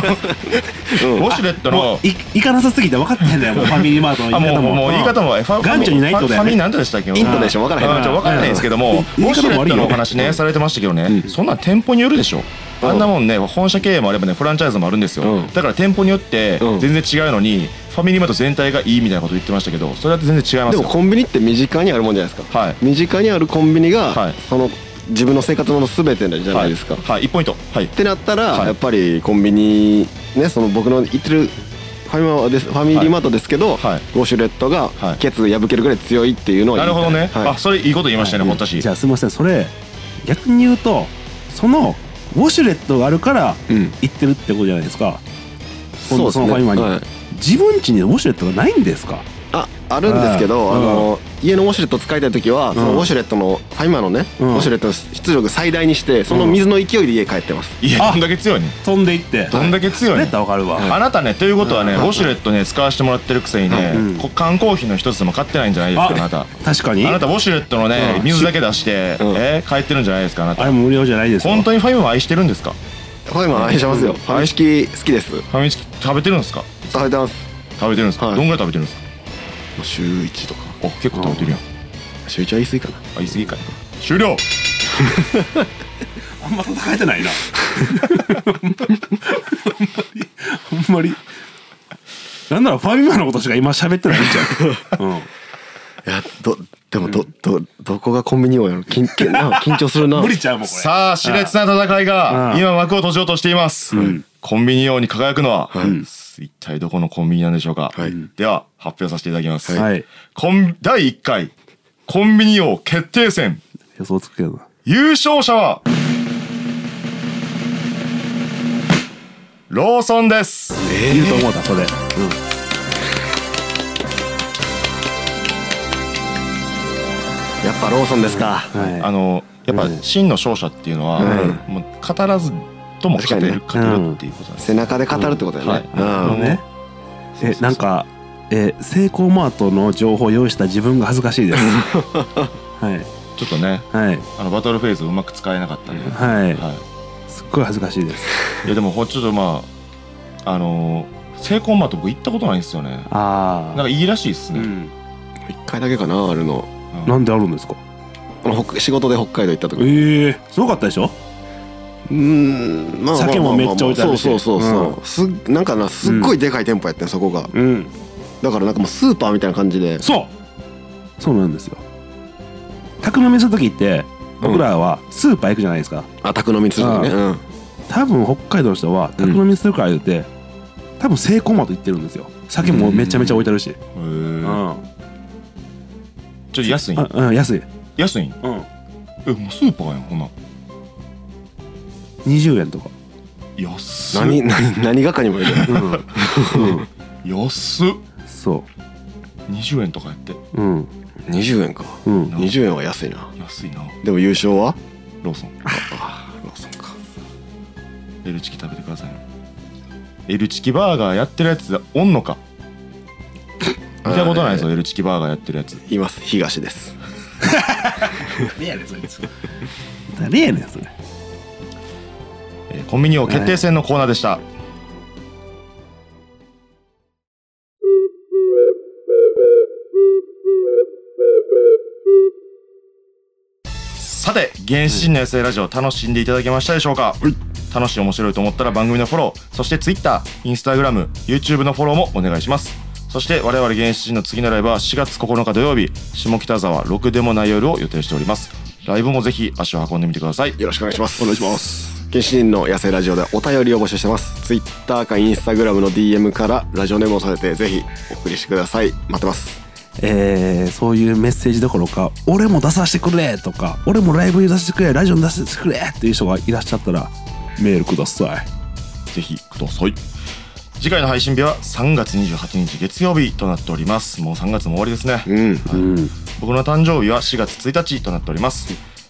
あの、ウォシュレットの
い行かなさすぎて分かってへんだよも [laughs] うファミリーマートの
あ
言い
も
方
う
も
もうもう言い方も、ファ
元祖にないってことだよ
フ
ね
ァミなんとでしたっけ
イントネーション分からへん
あじゃあ分からないんですけどもウ
言い
ォシュ
方
レ
も悪
ッ
い
ト
よ
のお話ねされてましたけどねそんなん店舗によるでしょあんなもんね本社経営もあればねフランチャイズもあるんですよだから店舗によって
うん
全然違うのにファミリーマート全体がいいみたいなこと言ってましたけどそれだって全然違いま
ですも
よ
コンビニって身近にあるもんじゃないですか、
はい
身近にあるコンビニが、
はい
その自分の生活の全てじゃないですか、
はい
っ
はい1ポイントはい
てなったら、
はい
やっぱりコンビニねその僕の行ってるファミマですファミリーマートですけど、
はい
ウォシュレットが
はい
ケツ破けるぐらい強いっていうのは
なるほどね
はい
あそれいいこと言いましたね堀田氏
じゃあすみませんそれ逆に言うとそのウォシュレットがあるから
うん
行ってるってことじゃないですか、
そ
今
う
度
です
そ
ね
のファミマに、
はい
自分家にウォシュレットがないんですか
ああるんですけど、
はい
あの家のウォシュレット使いたい時は、そのウォシュレットのファイマーのね、
うん
ウォシュレットの出力最大にしてその水の勢いで家帰ってます、
いやどんだけ強いね
飛んでいって
どんだけ強い
それや
ね
ったら分かるわ、
あなたねということはねウォシュレットね使わせてもらってるくせにねこ缶コーヒーの一つでも買ってないんじゃないですかあなた
確かに
あな
あ
たウォシュレットのね、
うん
水だけ出して、
うん
えー帰ってるんじゃないですかあなた
れも無料じゃないですよ
本当にファミマ愛してるんですか
ファイマー愛してますよ、ファミチキ好きです
ファミチキ食べてるんですか
食べてます
食べてるんですか、
はい
どんぐらい食べてるんですか
週1とか
あ結構食べてるやん、
週1は言い過ぎかな
あ言い過ぎか終了
あんま戦えて [laughs] ないなほんまになんならファミマのことしか今喋ってないんじゃん、う
い
ん、
やどでもど、どどこがコンビニ王やろ緊緊な緊張するな
無理ちゃうもんこれ
さあ熾烈な戦いが
うん
今幕を閉じようとしています、コンビニ王に輝くのは、一体どこのコンビニなんでしょうか、では発表させていただきます、
はい
コン第1回コンビニ王決定戦
予想つくけどな
優勝者はローソンです
いると思うたそれ、うん、
やっぱローソンですか、
はい
あのやっぱ真の勝者っていうのは、もう語らずとも勝てる
確
勝てるっていうことなんです、
背中で語るってことだよね、
うん
うん
はい
ねえなんかえーセイコーマートの情報を用意した自分が恥ずかしいですはい
ちょっとね
はい
あのバトルフェーズうまく使えなかったんで、は
はいいすっごい恥ずかしいです
いやでもほちょっとまああのセイコーマート僕行ったことないんですよね
あ
なん
あ
かいいらしいですね、
ん
一回だけかなあるの
うん
なんであるんですか
あの北仕事で北海道行った時
ええすごかったでしょ
うーんまあまあまあまあ
酒もめっちゃ置いてあるし
そうそうそうそう、すなんかなすっごいでかい店舗やってんそこが
うん
だからなんかもうスーパーみたいな感じで
そうそうなんですよ宅飲みする時って僕らはスーパー行くじゃないですか、
あ宅飲みする時ね
う
うん
多分北海道の人は宅飲みするから言うて、多分セイコーマート行ってるんですよ酒もめちゃめちゃ置いてあるし
へ
う
ー
ん、あ
ちょっと安い
うん、安い
安い
うん
えもうスーパーやんほんなん
20円とか
安っ
何何何がかにもいる
安っ
そ
20円とかやって
ううん
20円か
うん
20円は安いな
安いな
でも優勝は
ローソン
ローソンか
L チキ食べてくださいね L チキバーガーやってるやつおんのか見たことないぞ L チキバーガーやってるやつ
います東です
誰やねんそいつ誰やねんそれ
えーコンビニ王決定戦のコーナーでした、さて原始人の SA ラジオ楽しんでいただけましたでしょうか、楽しい面白いと思ったら番組のフォローそして TwitterInstagramYouTube のフォローもお願いしますそして我々原始人の次のライブは4月9日土曜日下北沢6でもない夜を予定しておりますライブもぜひ足を運んでみてください
よろしくお願いします。お願いします。原始人の野生ラジオではお便りを募集してます。ツイッターかインスタグラムの DM からラジオネームを添えてぜひお送りしてください。待ってます。
えー、そういうメッセージどころか「俺も出させてくれ!」とか「俺もライブに出させてくれラジオに出させてくれ!」っていう人がいらっしゃったらメールください
ぜひください次回の配信日は3月28日月曜日となっておりますもう3月も終わりですね、
うん。
僕の誕生日は4月1日となっております、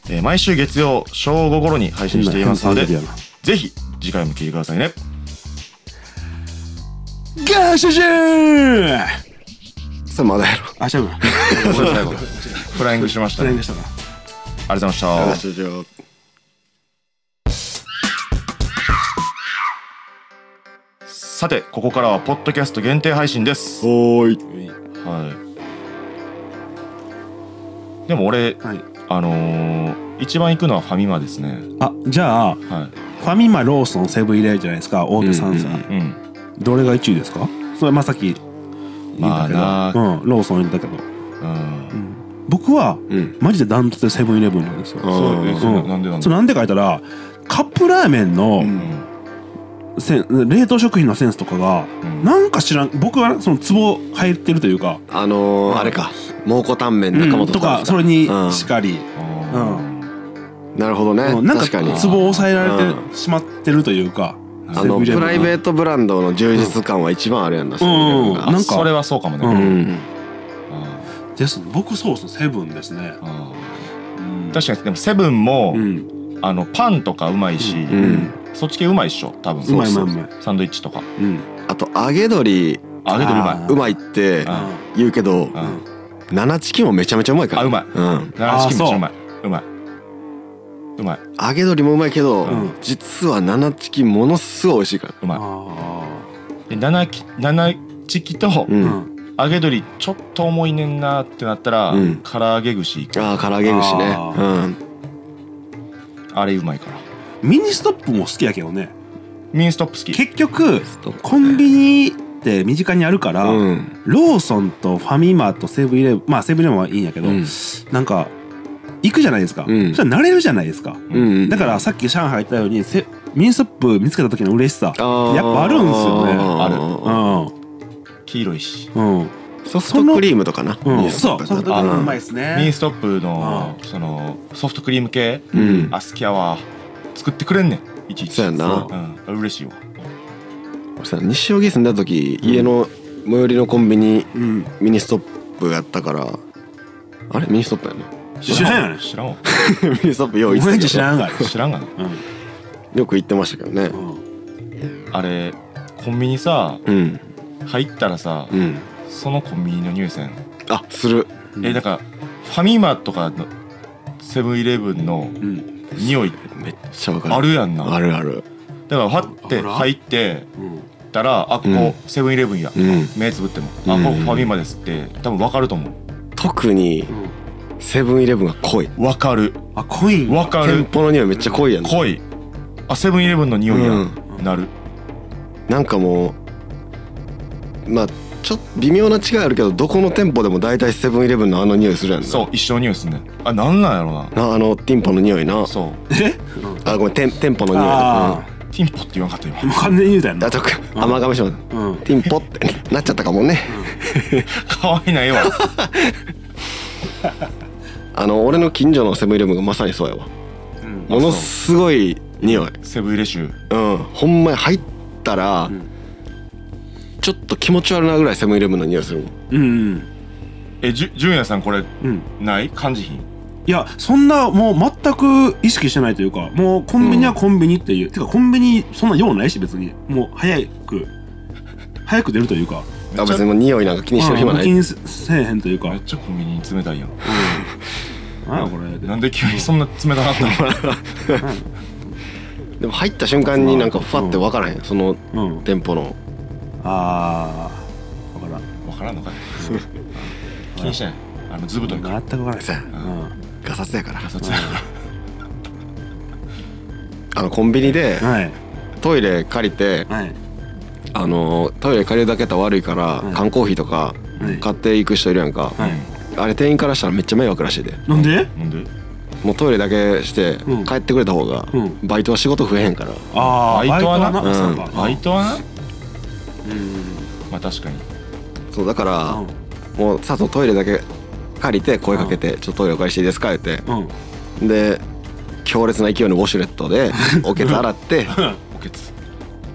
えー毎週月曜正午頃に配信していますので
変な変な誕生日や
ぜひ次回も聞いてくださいね [laughs]
ガシャシュー
それまだやろ
あ、しゃぶ。
フライングしました、
それ
ね、
でしたか。
ありがとうございましたさてここからはポッドキャスト限定配信です
おーい
はいでも俺、
はい
あのー一番行くのはファミマですね
あ、じゃあ、フ
は
ァミマ、ローソン、セブンイレブンじゃないですか、大手3社。
いうん
どれが1位ですかそれ、まあさっき言ったけど、
まあな
うん、ローソン言ったけど。
うん
僕は、
うん
マジでダントツでセブンイレブンなんですよ。
そうえそれなんでなん
そ
だ
れなんでか言ったら、カップラーメンの、せん冷凍食品のセンスとかが、
うん
なんか知らん僕はそのツボ入ってるというか、
あのー、あれか
蒙古タンメン中
うん
本
と
さん
か
です
それに
うん
しかり、
なるほどね
うんなんか
確かに
ツボを抑えられてしまってるというか、
あのプライベ
ー
ートブランドの充実感は一番あるやんな、そういうのが
うんなんか
それはそうかもね、
う
あ
ん
うん
ー
トです僕そうそうセブンですね、
あ
うん
ー確かにでもセブンも、
うん
あのパンとかうまいし、
うん
そっち系うまいっしょ多分
うまいうまいうまい
サンドイッチとか
うん
あと揚げ鶏
あれでうま
あ
い
うんうまいって
あ
言うけど
うんうん
七チキンもめちゃめちゃうまいから
あうまい
うん、
奈良チキンめっちゃうま
あ
いうまいうまい
揚げ鶏もうまいけど、
うん
実は七チキンものすごい美味しいから
うま
あ
いで七き七チキと
う
ー
ん、
うん
揚げ鶏ちょっと重いねんなってなったら、
うん
唐揚げ串いく
ああ唐揚げ串ね
あ
うん
あれうまいから
ミニストップも好きやけどね
ミンストップ好き
結局コンビニって身近にあるから、
うん
ローソンとファミマとセブンイレブンまあセブンイレブンはいいんやけど、
うん
なんか行くじゃないですか、
うん
そしたら慣れるじゃないですか、
うん
だからさっき上海言ったようにセミニストップ見つけた時の嬉しさやっ
あー
ぱあるんですよね
ある
う
黄色いし
んうん
ソフトクリームとかな
うん、
ストッ
そう
プと
その
かな
時もう
うん
まいです
ミン
ね
ストップのそのソフトクリーム系、
うん
あ好きやわ作ってくれんねんいちいち
そうやんな
うん、嬉しいわ
俺さ西荻住んだ時家の最寄りのコンビニ
うん
ミニストップがあったからあれミニストップやな
知らんよね
知らんわ
[laughs] ミニストップ用意
俺んち
し
知
て
らんがな
知らんがな
よく行ってましたけどね
うん
あれコンビニさ
うん
入ったらさ、
うん
そのコンビニの入選、
あする
えなんかファミマとかのセブンイレブンの
うん
匂い
めっちゃわかる
あるやんな
あるある
だからファって入ってたらあここセブンイレブンや、
うん
目つぶってもあここファミマですって多分分かると思う
特にセブンイレブンが濃い
分かる
あコイン
分か
店
る
舗の匂いめっちゃ濃いやん
濃いあセブンイレブンの匂いや、、
うん
なる
なんかもうまあちょっと微妙な違いあるけどどこの店舗でも大体セブンイレブンのあの匂いするやんな
そう一生の匂いすんねんあなんなんやろう
なあの店舗の匂いな
なそう
え
あごめん店店舗の匂い
あ
な
あ
ティンポって言わんかった今 [laughs]
もう完全に言うたやん
うん
な
あとか甘噛みしました
うん
店舗ってなっちゃったかもね
かわいないわ
あの俺の近所のセブンイレブンがまさにそうやわものすごい匂い
セブンイレ臭
うんほんまに入ったらちょっと気持ち悪いなぐらいセブンイレブンの匂いするもん
うんうん
えじゅ純也さんこれ
うん
ない漢字品
いやそんなもう全く意識してないというかもうコンビニはコンビニっていう、てかコンビニそんな用ないし別にもう早く早く出るというか
あ別にもう匂いなんか気にしてる暇
あ
な
あ
い
気にせえへんというか
めっちゃコンビニ冷たいやん
何やこれ
なんで急にそんな冷たかったの
でも入った瞬間になんかファって分からへんその
うん
店舗の
ああ分からん
わからんのかね気にしてないあのずぶといから
全く分からん
ガ
う
サツやから
ガサツやから
あのコンビニで
んはい
トイレ借りて
はい
あのトイレ借りるだけやったら悪いから
うん
缶コーヒーとか
はい
買っていく人いるやんか
はい
あれ店員からしたらめっちゃ迷惑らしいで
なんで
なんで
もうトイレだけして
うん
帰ってくれた方が
うん
バイトは仕事増えへんから
ああ
バイトはな
バイトはな
う
そうか
バイトはな
うん
まあ確かに
そうだからもうさとトイレだけ借りて声かけて「ちょっとトイレお借りしていいですか?」言って
うんうん
で強烈な勢いのウォシュレット
[laughs]
でおけつ洗って
おけつ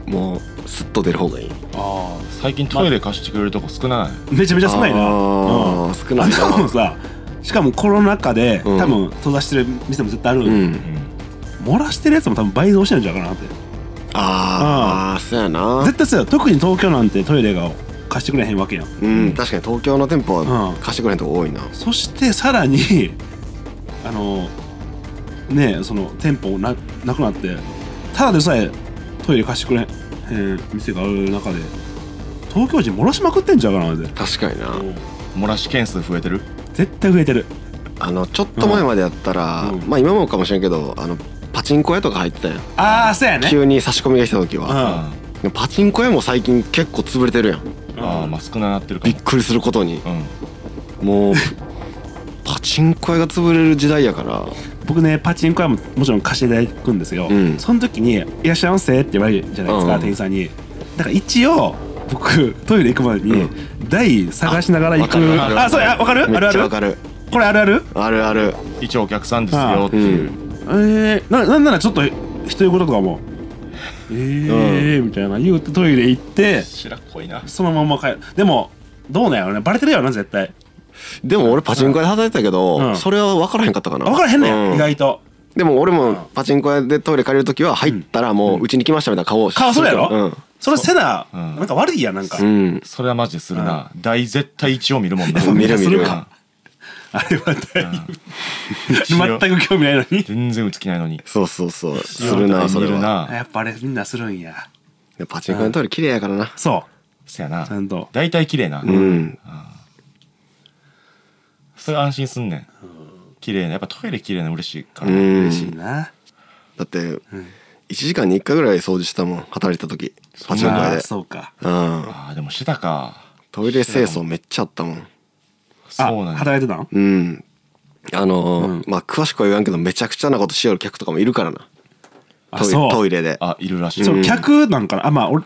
もうスッと出る方がいい
あ
最近トイレ貸してくれるとこ少ない
あめちゃめちゃ少ないなうん
あー少ない
しかも
な
さしかもコロナ禍で
うん
多分閉ざしてる店も絶対ある、
うん
うん
漏らしてるやつも多分倍増してるんじゃないかなって
ああそうやな
絶対そうや特に東京なんてトイレが貸してくれへんわけやん
うん確かに東京の店舗
う
は
ん
貸してくれんとこ多いな
そしてさらに [laughs] あのねえその店舗ななくなってただでさえトイレ貸してくれへん店がある中で東京人漏らしまくってんちゃうかなって
確かにな
漏らし件数増えてる
絶対増えてる
あのちょっと前までやったら、
うん
まあ今もかもしれんけどあのパチンコ屋とか入ってたやん
ああそうやね
急に差し込みが来た時
うん
は、
あ
でもパチンコ屋も最近結構潰れてるやん
ああまあ少ななってるか
び
も
っくりすることに
うん
もうパチンコ屋が潰れる時代やから
僕ねパチンコ屋ももちろん貸していただくんですよ、
うん
その時に「いらっしゃいませ」って言われるじゃないですか、
うん
店員さんにだから一応僕トイレ行く前に台探しながら行く、
あわかる
あそうやわかる
め
[laughs] ある
っ
あ
ちゃ
る
わかる
これあるある
あるある
一応お客さんですよっていう
えー、ななんならちょっと人いうこととかも「えーみたいな言うてトイレ行って
白っこいな
そのまま帰るでもどうなんやろねバレてるやろな絶対
でも俺パチンコ屋で働いてたけど、
うん
それは分からへんかったかな
分からへんねん、
う
意外と
でも俺もパチンコ屋でトイレ借りる時は入ったらもううちに来ましたみたいな顔を
顔そうやろ、
うん
それせな、
うん
なんか悪いやんなんか、
うん
それはマジでするな大絶対一応見るもんな
ぱ見
[laughs]
る見
う
る
ん
あれは大
一応
全く興味ないのに
全然打つ気ないのに
そうそうそうするなそれ
見る
は
な
やっぱあれみんなするんや
でパチンコ屋のトイレ綺麗やからな
そ
そや
うちゃ
なん
と
大体綺麗な
うん
それ安心すんねん綺麗なやっぱトイレ綺麗な嬉しいか
う
ら
ん
嬉しいな、
だって1時間に1回ぐらい掃除したもん働いてた時パチンコ
ま
屋
あ
で
そうか
うん
ああでもしてたか
トイレ清掃めっちゃあったもん
そ
あ
うなんだ
働いてたん
うんあのーまあ詳しくは言わんけどめちゃくちゃなことしよる客とかもいるからな
あ
トイレ
そう
トイレでだか
あいるらしい
そううん客なんかなあまあ俺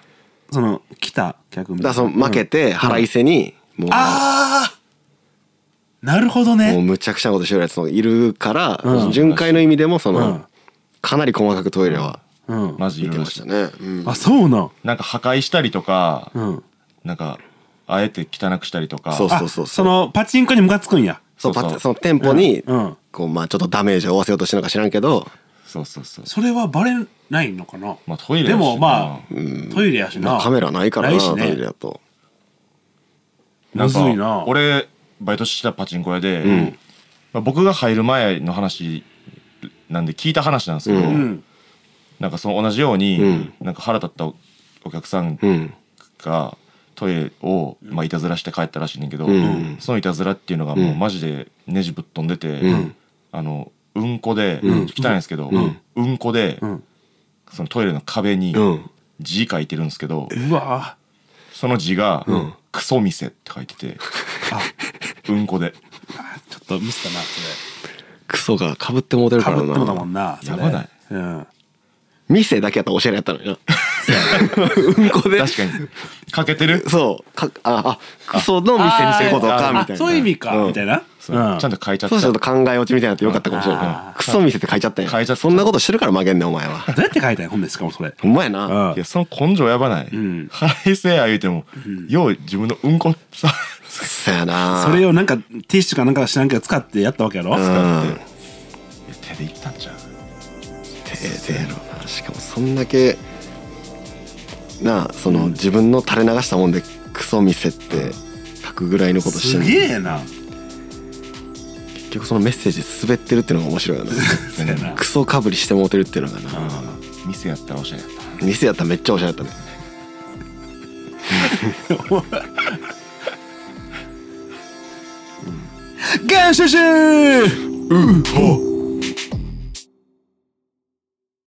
その来た客みたいな
らその負けて腹いせにもう
ああなるほど
もう
ね
むちゃくちゃなことしよるやつもいるから、
うん
巡回の意味でもその、
うん
かなり細かくトイレは
うん
マジい
見て
るら
ま
し
し
い
たね、うん
あそうなん
なんか破壊したりとか
うん
なんかあえて汚くしたりとか
そう
あ
そうそう
そのパチンコにムカつくんや
そう
そうそう
パチその店舗に、
うん
こうまあちょっとダメージを負わせようとしてるのか知らんけど
そうそうそう
それはバレないのかな、
まあトイレやし
でもまあ、トイレやしな、
カメラないから
な
ない
し
トイレ
ね
だと
な
む
ん
ず
か
いな
俺バイトしてたパチンコ屋で、まあ、僕が入る前の話なんで聞いた話なんですけど、
うん
なんかその同じように、
ん
なんか腹立ったおお客さん
うん
がトイレを、まあ、いたずらして帰ったらしいねんけど、
ん
そのいたずらっていうのがもうマジでネジぶっ飛んでて、あのうんこで、汚いんですけど、うん、こで、
ん
そのトイレの壁に
ん
字書いてるんですけど、
うわ
その字が「クソ店」って書いて [laughs] て、うんこで。
ーちょっとミスったなそ
クソがかぶってもうてる
れ
か
からぶってもだも
なん
なそれ
やばない
うん
店だけやったらおしゃれやったのにな [laughs] うんこで
確かに欠けてる、
そうかああクソの店にしてることかみたいな
あそういう意味か、
うん
みたいな、
そうちゃんと変えちゃっ
そう
た
すると考え落ちみたいになってよかったかもしれ
あ
ないクソ店って書いちゃったんや
書いちゃった
そんなことしてるから曲げんねんお前は
どうやって書いたんやほんでしかもそれ
ほんまやな、
いやその根性やばない、
ん
腹いせや言うても、よう自分のうんこさ
そやな
それをなんかティッシュかなんか知らんけど使ってやったわけやろ、
うん
いや手でいったんちゃう
手でやろうなしかもそんだけなあその、自分の垂れ流したもんでクソ店って書くぐらいのことして
す
んの
げえな
結局そのメッセージ滑ってるっていうのが面
[laughs]
白いよね
そうやな
クソかぶりしてもうてるっていうのがな
店やったらおしゃれやった
店やったらめっちゃおしゃれだったね
ガンシュシュー
うんほ